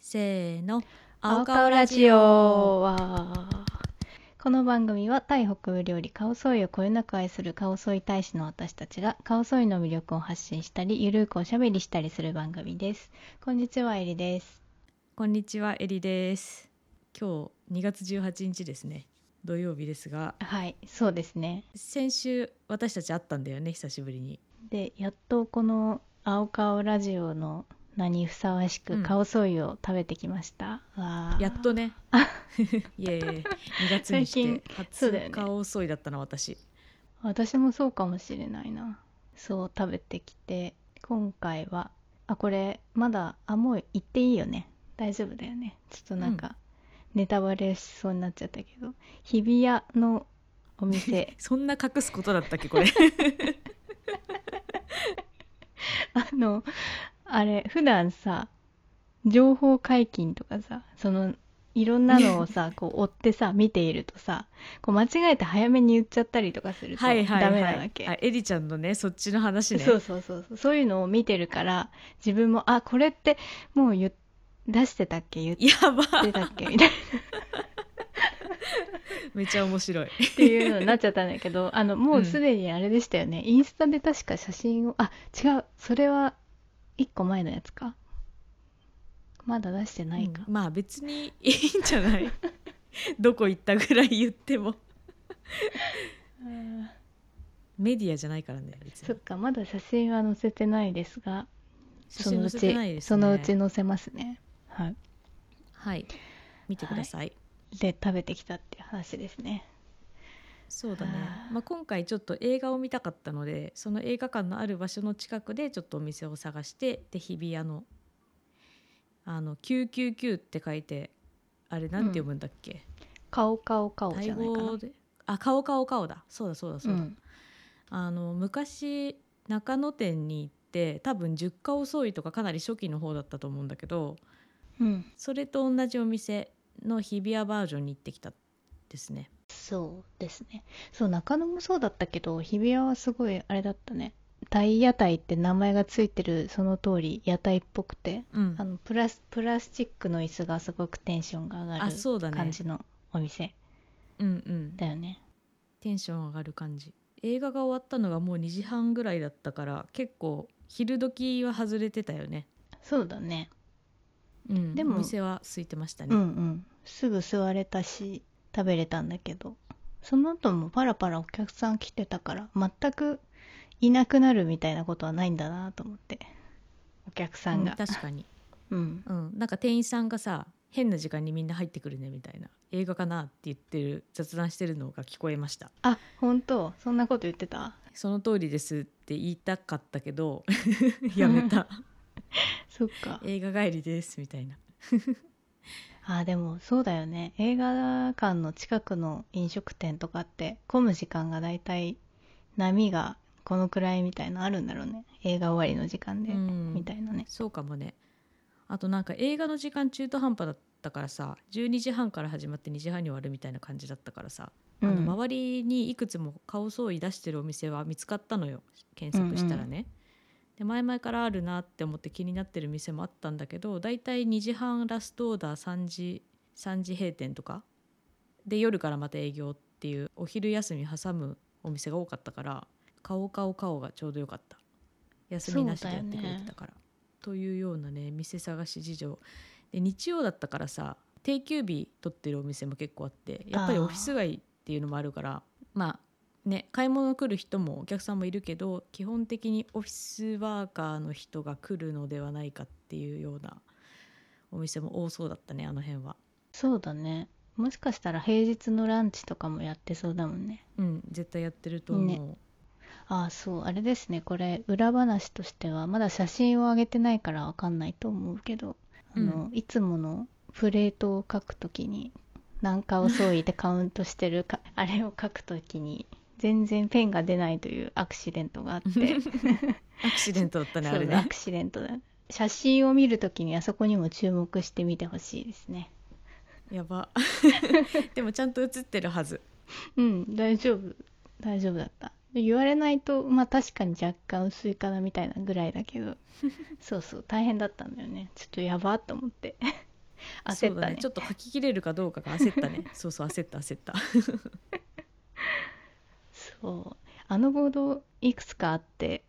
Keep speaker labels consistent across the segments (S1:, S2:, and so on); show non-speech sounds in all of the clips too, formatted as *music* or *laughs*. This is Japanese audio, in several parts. S1: せーの
S2: 青顔ラジオはこの番組はタイ北部料理カオソイをこよなく愛するカオソイ大使の私たちがカオソイの魅力を発信したりゆるーくおしゃべりしたりする番組ですこんにちはえりです
S1: こんにちはエリです今日2月18日ですね土曜日ですが
S2: はいそうですね
S1: 先週私たち会ったんだよね久しぶりに
S2: でやっとこの青顔ラジオの名にふさわし
S1: う
S2: く
S1: ん
S2: カオソイを食べてきました、わー
S1: やっと
S2: *laughs*
S1: ねイエーイ2月にして
S2: 最近そうだよ
S1: 初
S2: ね
S1: 顔遅いだったな私
S2: 私もそうかもしれないなそう食べてきて今回はあこれまだあもう言っていいよね大丈夫だよねちょっとなんか、ネタバレしそうになっちゃったけど日比谷の
S1: *laughs*
S2: お店
S1: そんな隠すことだったっけこ
S2: *laughs*
S1: れ
S2: あのあれ普段さ情報解禁とかさそのいろんなの
S1: *laughs*
S2: をさこう追ってさ見ているとさこう間違えて早めに言っちゃったりとかすると
S1: は
S2: ダ
S1: いは
S2: メ
S1: いは
S2: なわ
S1: い
S2: け、
S1: あエリちゃんのねそっちの話ね
S2: そうそうそうそうそういうのを見てるから自分もあこれってもう言っ出してたっけ言っ
S1: やば
S2: てたっ
S1: *laughs*
S2: けみたいな
S1: めちゃ面白い
S2: っていうのになっちゃったんだけどあのもうすでにあれでしたよね、インスタで確か写真をあ違うそれは1個前のやつかまだ出してないか、
S1: うんまあ別にいいんじゃない
S2: *laughs*
S1: どこ行ったぐらい言ってもメディアじゃないからね別
S2: そっ
S1: に
S2: かまだ写真は載せてないですが
S1: 写
S2: そ
S1: 真載
S2: のう
S1: せ
S2: ち、
S1: てないです、ね、
S2: そのうち載せますねはい
S1: はい見てください、
S2: で食べてきたっていう話ですね
S1: そうだね
S2: は、あ
S1: まあ、今回ちょっと映画を見たかったのでその映画館のある場所の近くでちょっとお店を探してで日比谷のあの999って書いてあれなんて読むんだっけ、
S2: 顔顔顔
S1: タ
S2: じ
S1: イ
S2: ゃないかな
S1: 語であ顔顔顔だそうだそうだそうだ、
S2: ん、
S1: あの昔中野店に行って多分10日遅いとかかなり初期の方だったと思うんだけど
S2: うん、
S1: それと同じお店の日比谷バージョンに行ってきたですね
S2: そうですねそう中野もそうだったけど日比谷はすごいあれだったね大屋台って名前がついてるその通り屋台っぽくて
S1: うん
S2: あのプラスプラスチックの椅子がすごくテンションが上が
S1: あそうだ
S2: る
S1: ね
S2: 感じのお店
S1: うんうん
S2: だよね
S1: テンション上がる感じ映画が終わったのがもう2時半ぐらいだったから結構昼時は外れてたよね、
S2: そうだね
S1: うん、
S2: でも
S1: お店は空いてました
S2: うんう
S1: ね、
S2: んすぐ座れたし食べれたんだけどその後もパラパラお客さん来てたから全くいなくなるみたいなことはないんだなと思ってお客さん
S1: うん
S2: が
S1: 確かに、
S2: うん
S1: うん、なんか店員さんがさ変な時間にみんな入ってくるねみたいな映画かなって言ってる雑談してるのが聞こえました
S2: あ本当そんなこと言ってた
S1: その通りですって言いたかったけど *laughs* やめた
S2: そっか
S1: *laughs* 映画帰りですみたいな
S2: あでもそうだよね映画館の近くの飲食店とかって混む時間がだいたい波がこのくらいみたいなあるんだろうね映画終わりの時間で、
S1: うん
S2: みたいなね
S1: そうかもねあとなんか映画の時間中途半端だったからさ12時半から始まって2時半に終わるみたいな感じだったからさ、あ
S2: うん
S1: の周りにいくつも顔相違出してるお店は見つかったのよ検索したらね。で前々からあるなって思って気になってる店もあったんだけどだいたい2時半ラストオーダー3時3時閉店とかで夜からまた営業っていうお昼休み挟むお店が多かったから顔顔顔がちょうどよかった休みなしでやってくれてたから、というようなね店探し事情で日曜だったからさ定休日取ってるお店も結構あってやっぱり
S2: あー
S1: オフィス街っていうのもあるからまあね買い物来る人もお客さんもいるけど基本的にオフィスワーカーの人が来るのではないかっていうようなお店も多そうだったねあの辺は。
S2: そうだねもしかしたら平日のランチとかもやってそうだもんね
S1: うん、絶対やってると思う、
S2: ねあそうあれですねこれ裏話としてはまだ写真を上げてないからわかんないと思うけどあの、いつものプレートを書くときに何かを相違でカウントしてるかあれを書くときに全然ペンが出ないというアクシデント
S1: *laughs*
S2: があって
S1: アクシデントだったねあ
S2: *laughs* そ
S1: れ
S2: うア
S1: ね
S2: クシデントだ写真を見るときにあそこにも注目してみてほしいですね
S1: やば *laughs* でもちゃんと写ってるはず
S2: うん大丈夫大丈夫だった言われないとまあ確かに若干薄い
S1: *laughs*
S2: かなみたいなぐらいだけどそうそう大変だったんだよねちょっとやばっと思って *laughs*
S1: そ
S2: 焦
S1: う
S2: っ
S1: だ
S2: た
S1: ね
S2: ね
S1: ちょっと書き切れるかどうかが焦ったねそうそう焦った焦った
S2: そうあのボードいくつかあって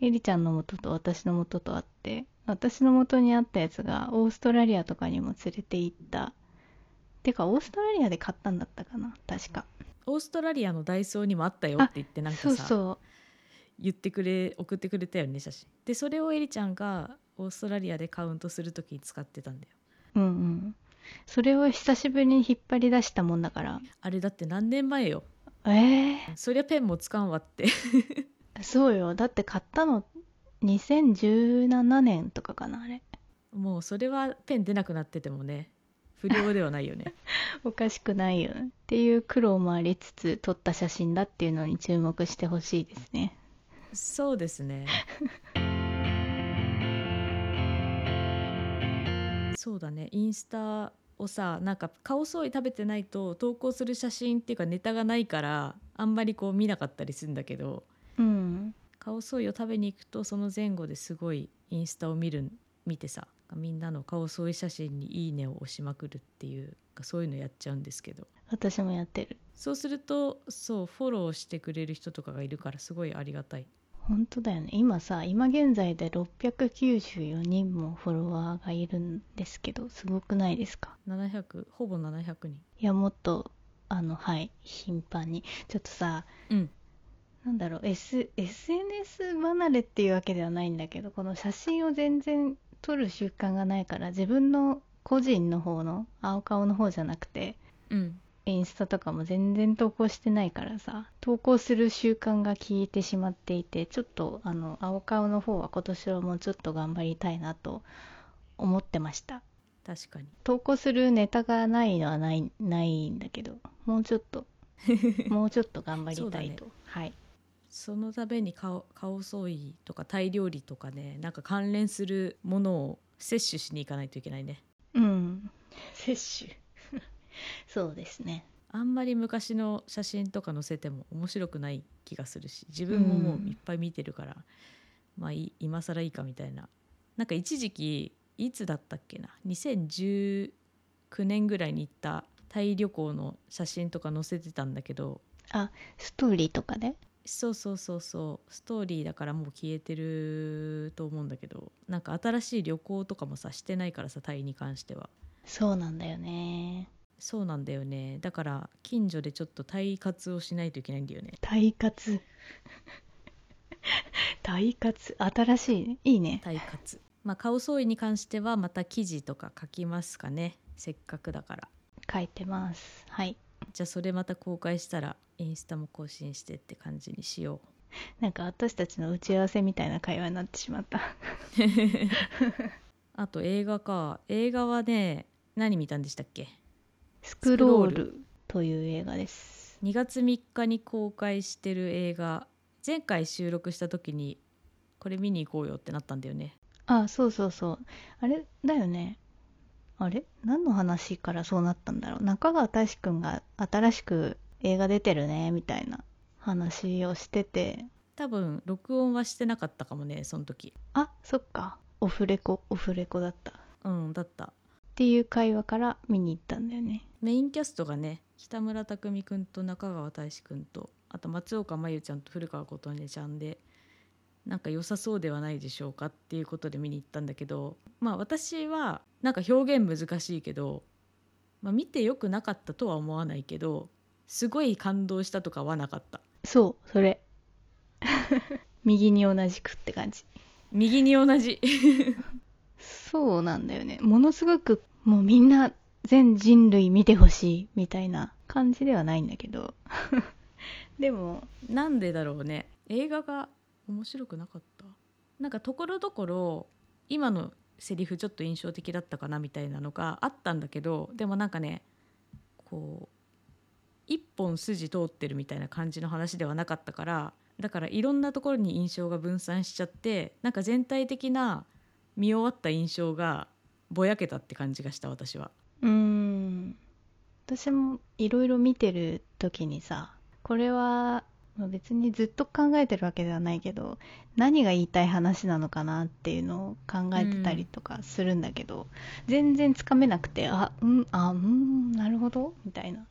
S2: エリちゃんの元と私の元とあって私の元にあったやつがオーストラリアとかにも連れて行ったてかオーストラリアで買ったんだったかな確か
S1: オーストラリアのダイソーにもあったよって言ってなんかさ
S2: そうそ
S1: 言ってくれ送ってくれたよね写真でそれをエリちゃんがオーストラリアでカウントする時に使ってたんだよ
S2: ううんうんそれを久しぶりに引っ張り出したもんだから
S1: あれだって何年前よ
S2: ええ
S1: そりゃペンもつかんわって *laughs*
S2: そうよだって買ったの2017年とかかなあれ
S1: もうそれはペン出なくなっててもね不良ではないよね
S2: おかしくないよねっていう苦労もありつつ撮った写真だっていうのに注目してほしいですね
S1: そうですねそうだねインスタをさなんか顔そい食べてないと投稿する写真っていうかネタがないからあんまりこう見なかったりするんだけど
S2: うん
S1: 顔ソイを食べに行くとその前後ですごいインスタを見る見てさみんなの顔ソイ写真に「いいね」を押しまくるっていうかそういうのやっちゃうんですけど
S2: 私もやってる
S1: そうするとそうフォローしてくれる人とかがいるからすごいありがたい
S2: 本当だよね今さ今現在で694人もフォロワーがいるんですけどすごくないですか
S1: 700ほぼ700人
S2: いやもっとあのはい頻繁にちょっとさ
S1: うん
S2: なんだろう、S、SNS 離れっていうわけではないんだけどこの写真を全然撮る習慣がないから自分の個人の方の青顔の方じゃなくて
S1: うん
S2: インスタとかも全然投稿してないからさ投稿する習慣が消えてしまっていてちょっとあの青顔の方は今年はもうちょっと頑張りたいなと思ってました
S1: 確かに
S2: 投稿するネタがないのはないないんだけどもうちょっともうちょっと頑張りたい
S1: そ
S2: と、はい
S1: そのために顔顔ソイとかタイ料理とかねなんか関連するものを摂取しに行かないといけないね
S2: うん摂取そうですね
S1: あんまり昔の写真とか載せても面白くない気がするし自分ももういっぱい見てるから、まあい今更いいかみたいななんか一時期いつだったっけな2019年ぐらいに行ったタイ旅行の写真とか載せてたんだけど
S2: ストーリーとかで
S1: そうそうそうそうストーリーだからもう消えてると思うんだけどなんか新しい旅行とかもさしてないからさタイに関しては
S2: そうなんだよね
S1: そうなんだよねだから近所でちょっとタイ活をしないといけないんだよね
S2: 体活体活新しいねいいね
S1: タイ活まあ顔相違に関してはまた記事とか書きますかねせっかくだから
S2: 書いてますはい
S1: じゃあそれまた公開したらインスタも更新してって感じにしよ
S2: なんか私たちの打ち合わせみたいな会話になってしまった
S1: うあと映画か映画はね何見たんでしたっけ
S2: スクロールという映画です
S1: 2月3日に公開してる映画前回収録した時にこれ見に行こうよってなったんだよね
S2: あそうそうそうあれだよねあれ何の話からそうなったんだろう中川大志くんが新しく映画出てるねみたいな話をしてて
S1: 多分録音はしてなかったかもねその時
S2: あそっかオフレコオフレコだったっ
S1: うんだった
S2: ていう会話から見に行ったんだよね
S1: メインキャストがね北村匠海くんと中川大志くんとあと松岡真優ちゃんと古川琴音ちゃんでなんか良さそうではないでしょうかっていうことで見に行ったんだけどまあ私はなんか表現難しいけど、まあ、見てよくなかったとは思わないけどすごい感動したとかはなかった
S2: そうそれ *laughs* 右に同じくって感じ
S1: 右に同じ
S2: そうなんだよねものすごくもうみんな全人類見てほしいみたいな感じではないんだけど *laughs* でも
S1: なんでだろうね映画が面白くなかったなんかところどころ今のセリフちょっと印象的だったかなみたいなのがあったんだけどでもなんかねこう一本筋通ってるみたいな感じの話ではなかったからだからいろんなところに印象が分散しちゃってなんか全体的な見終わった印象がぼやけたって感じがした私は。
S2: うーん私もいろいろ見てる時にさこれはまあ別にずっと考えてるわけではないけど何が言いたい話なのかなっていうのを考えてたりとかするんだけど、全然つかめなくてあうんあうんなるほどみたいな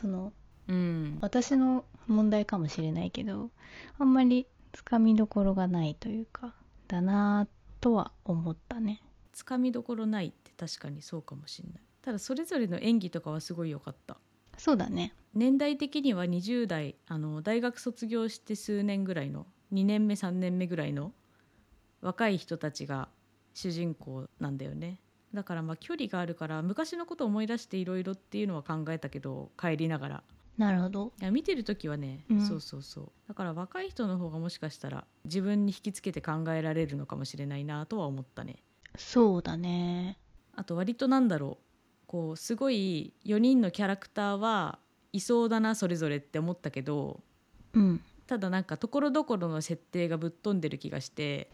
S2: その
S1: うん
S2: 私の問題かもしれないけどあんまりつかみどころがないというかだなぁとは思ったね
S1: つかみどころないって確かにそうかもしれないただそれぞれの演技とかはすごい良かった
S2: そうだね
S1: 年代的には20代あの大学卒業して数年ぐらいの2年目3年目ぐらいの若い人たちが主人公なんだよねだからまあ距離があるから昔のことを思い出していろいろっていうのは考えたけど帰りながら
S2: なるほど
S1: いや見てる時はね、
S2: うん
S1: そうそうそうだから若い人の方がもしかしたら自分に引きつけて考えられるのかもしれないなとは思ったね
S2: そうだね
S1: あと割となんだろうこうすごい4人のキャラクターはいそうだなそれぞれって思ったけど
S2: うん
S1: ただなんかところどころの設定がぶっ飛んでる気がして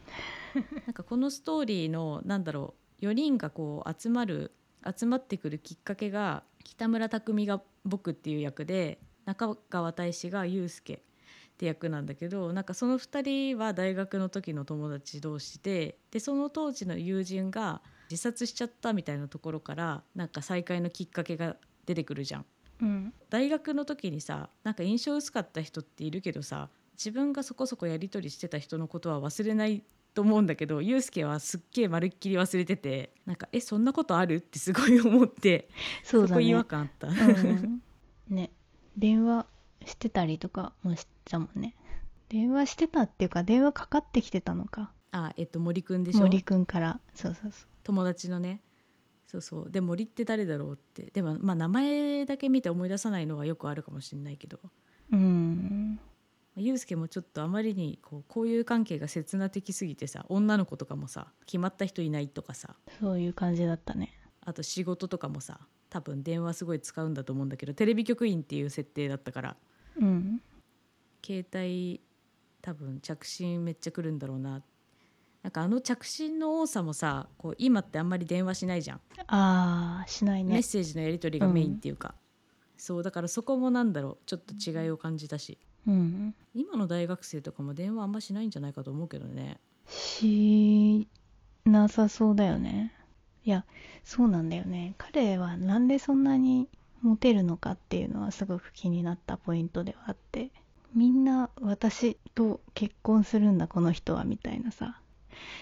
S1: なんかこのストーリーのなんだろう4人がこう集まる集まってくるきっかけが北村匠海が僕っていう役で中川大志が祐介って役なんだけどなんかその2人は大学の時の友達同士ででその当時の友人が自殺しちゃったみたいなところからなんか再会のきっかけが出てくるじゃん。
S2: うん
S1: 大学の時にさなんか印象薄かった人っているけどさ自分がそこそこやり取りしてた人のことは忘れないと思うんだけどユうスケはすっげえまるっきり忘れててなんか「えそんなことある?」ってすごい思って
S2: そう
S1: そ
S2: だ
S1: こ違
S2: ね
S1: 和感あった、
S2: うん *laughs* ね電話してたりとかもしたもんね電話してたっていうか電話かかってきてたのか
S1: あえっと森くんでしょ
S2: 森くんからそうそうそ
S1: 友達のねそうそうで森って誰だろうってでもまあ名前だけ見て思い出さないのはよくあるかもしれないけど
S2: ううん
S1: ユうスケもちょっとあまりにこう交友関係が刹那的すぎてさ女の子とかもさ決まった人いないとかさ
S2: そういう感じだったね
S1: あと仕事とかもさ多分電話すごい使うんだと思うんだけどテレビ局員っていう設定だったから
S2: うん
S1: 携帯多分着信めっちゃ来るんだろうななんかあの着信の多さもさこう今ってあんまり電話しないじゃん、
S2: ああしない
S1: メ
S2: ね
S1: ッセージのやり取りがメインっていうか、そうだからそこもなんだろうちょっと違いを感じたし
S2: うん
S1: 今の大学生とかも電話あんましないんじゃないかと思うけどね
S2: しなさそうだよねいやそうなんだよね彼はなんでそんなにモテるのかっていうのはすごく気になったポイントではあってみんな私と結婚するんだこの人はみたいなさ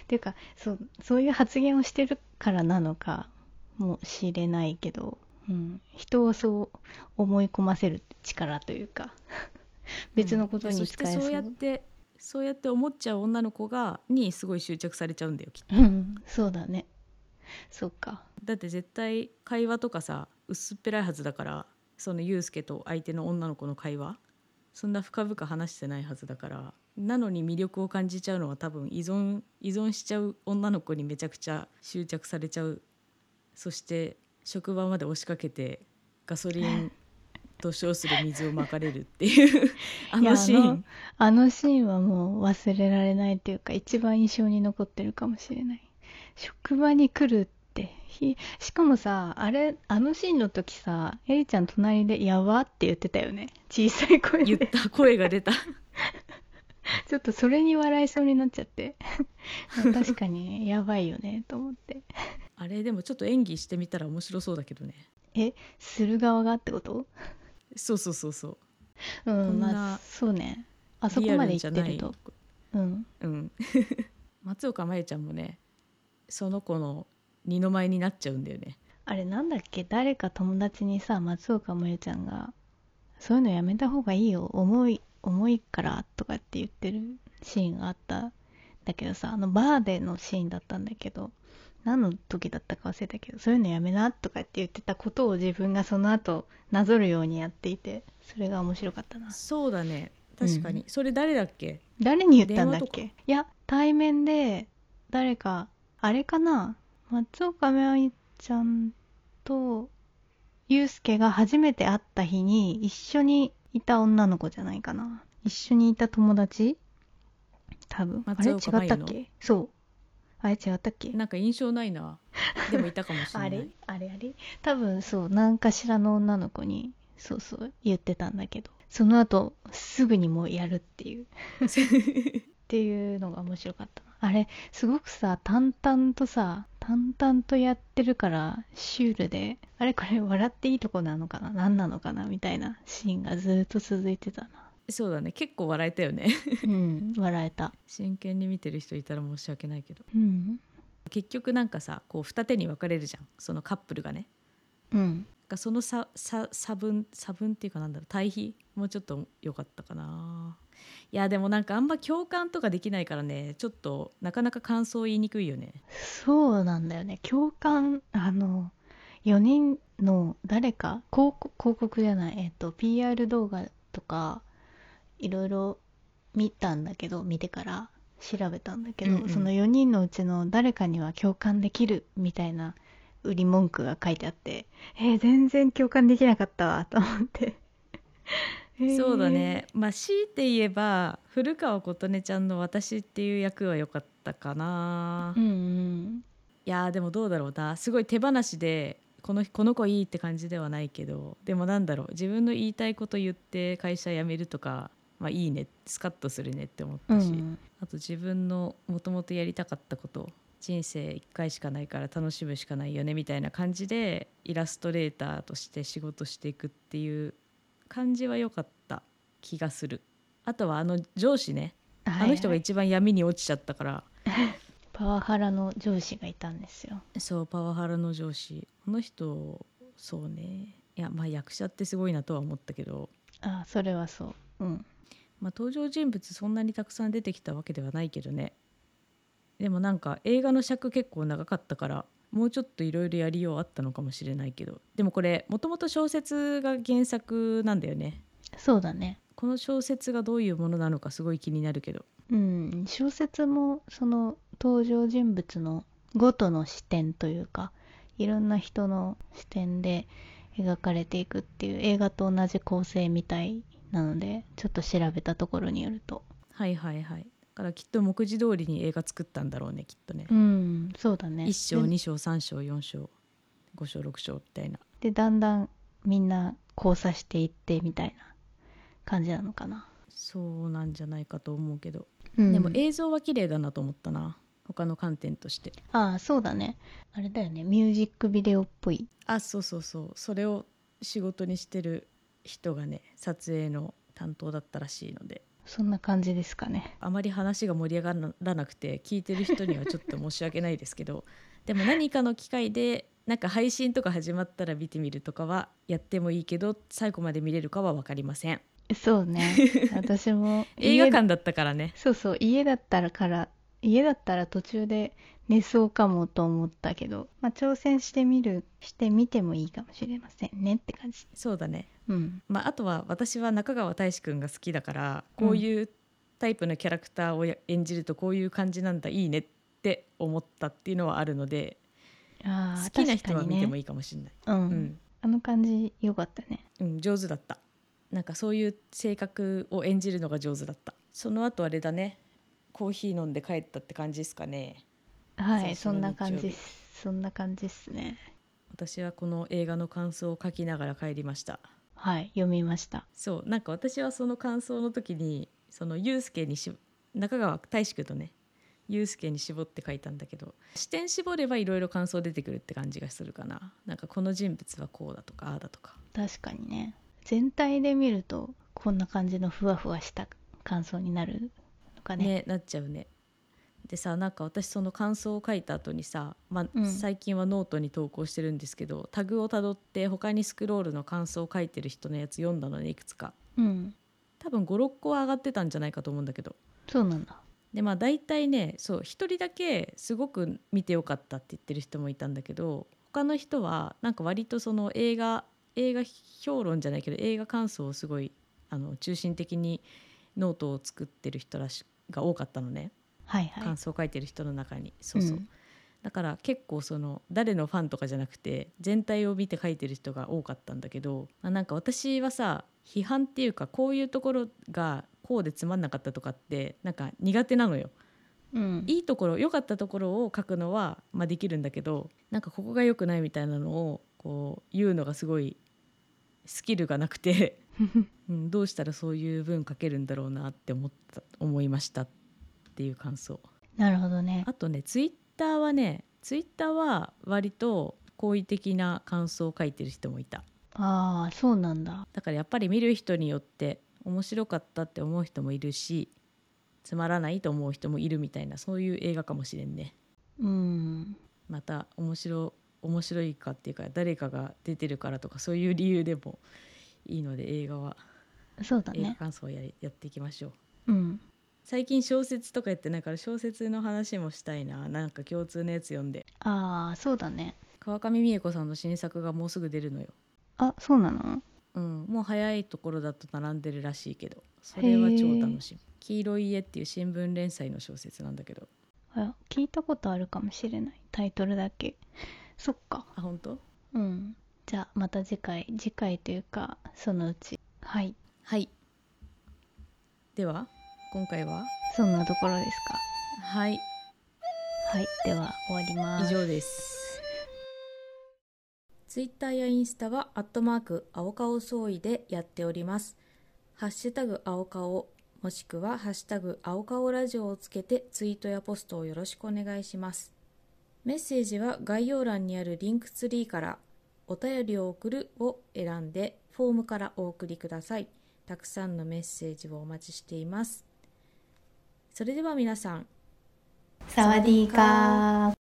S2: っていうかそうそういう発言をしてるからなのかもしれないけど、うん、人をそう思い込ませる力というか別のこと
S1: うんい
S2: に
S1: や
S2: 使え
S1: そして
S2: そ
S1: そう
S2: う
S1: やってそうやって思っちゃう女の子がにすごい執着されちゃうんだよきっと
S2: うん、そうだね。そうか。
S1: だって絶対会話とかさ薄っぺらいはずだからそのユうスケと相手の女の子の会話そんな深々話してないはずだからなのに魅力を感じちゃうのは多分依存依存しちゃう女の子にめちゃくちゃ執着されちゃうそして職場まで押しかけてガソリンと称する水をまかれるって *laughs* いうあのシ
S2: い
S1: ー
S2: や
S1: ン
S2: あのシーンはもう忘れられないというか、一番印象に残ってるかもしれない。職場に来るって、ひしかもさ、あれ、あのシーンの時さ、エリちゃん隣でやばって言ってたよね。小さい声
S1: 言っ
S2: で。
S1: た声が出た
S2: ちょっとそれに笑いそうになっちゃ
S1: *laughs*
S2: って。確かに、やばいよね、と思って。
S1: あれでもちょっと演技してみたら面白そうだけどね
S2: え、する側がってこと
S1: そうそうそうそう
S2: う
S1: こん
S2: ん、
S1: な
S2: まあ、そうね。あそこまで行ってると。うん。
S1: うん、松岡茉優ちゃんもねその子の二の舞になっちゃうんだよね
S2: あれなんだっけ誰か友達にさ松岡萌ちゃんがそういうのやめた方がいいよ重い重いからとかって言ってるシーンがあったんだけどさあのバーでのシーンだったんだけど何の時だったか忘れたけどそういうのやめなとかって言ってたことを自分がその後なぞるようにやっていてそれが面白かったな
S1: そうだね確かに、それ誰だっけ
S2: 誰に言ったんだっ
S1: 電
S2: け
S1: 話
S2: いや対面で誰かあれかな松岡茉優ちゃんと祐介が初めて会った日に一緒にいた女の子じゃないかな一緒にいた友達多分あれ違
S1: 松
S2: った
S1: 岡茉優
S2: っ
S1: の
S2: けそうあれ違ったっけ
S1: なんか印象ないなでもいたかもしれな
S2: あ
S1: い
S2: れあれあれ多分そう何かしらの女の子にそうそう言ってたんだけどその後すぐにもうやるっていうっていうのが面白かったなあれすごくさ淡々とさ淡々とやってるからシュールであれこれ笑っていいとこなのかな何なのかなみたいなシーンがずっと続いてたな
S1: *laughs* そうだね結構笑えたよね
S2: うん笑えた
S1: 真剣に見てる人いたら申し訳ないけど
S2: うん
S1: 結局なんかさこう二手に分かれるじゃんそのカップルがね
S2: うん
S1: がその差差差分差分っていうかなんだろう対比もうちょっと良かったかないやでもなんかあんま共感とかできないからねちょっとなかなか感想言いにくいよね
S2: そうなんだよね共感あの4人の誰か広告広告じゃない、えっと PR 動画とかいろいろ見たんだけど見てから調べたんだけど、
S1: うんうん
S2: その4人のうちの誰かには共感できるみたいな売り文句が書いてあってえー全然共感できなかったわと思って、 *laughs* えー
S1: そうだねまあ強いて言えば古川琴音ちゃんの「私」っていう役は良かったかな、
S2: う
S1: い
S2: んうん
S1: やーでもどうだろうなすごい手放しでこのこの子いいって感じではないけどでもなんだろう自分の言いたいこと言って会社辞めるとか、まあ、いいねスカッとするねって思っ
S2: う
S1: たし、
S2: ん
S1: あと自分のもともとやりたかったこと人生1回しかないから楽しむしかないよねみたいな感じでイラストレーターとして仕事していくっていう感じは良かった気がするあとはあの上司ね、
S2: はいはい
S1: あの人が一番闇に落ちちゃったから
S2: パワハラの上司がいたんですよ
S1: そうパワハラの上司この人そうねいやまあ役者ってすごいなとは思ったけど、
S2: あそれはそううん
S1: まあ、登場人物そんなにたくさん出てきたわけではないけどねでもなんか映画の尺結構長かったからもうちょっといろいろやりようあったのかもしれないけどでもこれもともと小説が原作なんだよね
S2: そうだね
S1: この小説がどういうものなのかすごい気になるけど
S2: うん小説もその登場人物のごとの視点というかいろんな人の視点で描かれていくっていう映画と同じ構成みたいなのでちょっと調べたところによると
S1: はいはいはいだからきっと目次通りに映画作ったんだろうねきっとね
S2: うんそうだね
S1: 1章
S2: で
S1: 2章3章4章5章6章みたいな
S2: でだんだんみんな交差していってみたいな感じなのかな、
S1: そうなんじゃないかと思うけど、
S2: うん、
S1: でも映像は綺麗だなと思ったな他の観点として
S2: ああそうだねあれだよねミュージックビデオっぽい
S1: あそうそうそうそれを仕事にしてる人がね撮影の担当だったらしいので
S2: そんな感じですかね
S1: あまり話が盛り上がらなくて聞いてる人にはちょっと申し訳ないですけどでも何かの機会でなんか配信とか始まったら見てみるとかはやってもいいけど最後まで見れるかは分かりません
S2: そうね私も
S1: *laughs* 映
S2: 家
S1: 画
S2: で
S1: 館だったからね
S2: そうそう家だったらから家だったら途中で寝そうかもと思ったけど、まあ、挑戦してみるしてみてもいいかもしれませんねって感じ
S1: そうだね
S2: うん
S1: まあ、あとは私は中川大志くんが好きだからこういうタイプのキャラクターをや演じるとこういう感じなんだいいねって思ったっていうのはあるので
S2: あ
S1: 好
S2: あ
S1: きな人は見ても
S2: いい、
S1: いいかもしれない、
S2: うん
S1: うん
S2: あの感じよかったね
S1: うん、上手だったなんかそういう性格を演じるのが上手だったその後あれだねコーヒー飲んで帰ったって感じですかね
S2: はい
S1: 最初の
S2: そんな感
S1: 日
S2: じ
S1: 曜
S2: っ
S1: 日
S2: すそんな感じっすね
S1: 私はこの映画の感想を書きながら帰りました
S2: はい読みました
S1: そうなんか私はその感想の時にそのユースケにし中川大志君とねユースケに絞って書いたんだけど視点絞ればいろいろ感想出てくるって感じがするかななんかこの人物はこうだとかああだとか
S2: 確かにね全体で見るとこんな感じのふわふわした感想になるのか
S1: ね
S2: ね
S1: なっちゃうねでさなんか私その感想を書いた後にさ、まあ
S2: うん
S1: 最近はノートに投稿してるんですけどタグをたどって他にスクロールの感想を書いてる人のやつ読んだのねいくつか
S2: うん
S1: 多分56個は上がってたんじゃないかと思うんだけど
S2: そうなんだ
S1: でまあ大体ねそう1人だけすごく見てよかったって言ってる人もいたんだけど他の人はなんか割とその映画映画評論じゃないけど映画感想をすごいあの中心的にノートを作ってる人らしが多かったのね、
S2: はいはい
S1: 感想を書いてる人の中にそうそう、
S2: うん
S1: だから結構その誰のファンとかじゃなくて全体を見て書いてる人が多かったんだけど、まあ、なんか私はさ批判っていうかこういうところがこうでつまんなかったとかってなんか苦手なのよ。
S2: うん
S1: いいところ良かったところを書くのは、まあ、できるんだけどなんかここが良くないみたいなのをこう言うのがすごいスキルがなくて *laughs* うん、どうしたらそういう文書けるんだろうなって思った思いましたっていう感想
S2: *laughs* なるほどね
S1: あとねツイッターはねツイッターは割と好意的な感想を書いてる人もいた
S2: ああそうなんだ
S1: だからやっぱり見る人によって面白かったって思う人もいるしつまらないと思う人もいるみたいなそういう映画かもしれんね
S2: うん
S1: また面白面白いかっていうか誰かが出てるからとかそういう理由でもいいので映画は
S2: そうだ
S1: 映画
S2: ね
S1: 感想をやりやっていきましょう
S2: うん
S1: 最近小説とかやってないから小説の話もしたいななんか共通のやつ読んで
S2: ああそうだね
S1: 川上美恵子さんの新作がもうすぐ出るのよ
S2: あそうなの
S1: うん、もう早いところだと並んでるらしいけどそれは超楽しみ「黄色い家」っていう新聞連載の小説なんだけど
S2: あ聞いたことあるかもしれないタイトルだけそっか
S1: あ本当
S2: うんじゃあまた次回次回というかそのうちはい
S1: はいでは今回は
S2: そんなところですか
S1: はい
S2: はいでは終わりま
S1: 以
S2: す
S1: 上ですツイッターやインスタはアットマーク青顔総意でやっておりますハッシュタグ青顔もしくはハッシュタグ青顔ラジオをつけてツイートやポストをよろしくお願いしますメッセージは概要欄にあるリンクツリーからお便りを送るを選んでフォームからお送りくださいたくさんのメッセージをお待ちしていますそれでは皆さん
S2: サワディーカー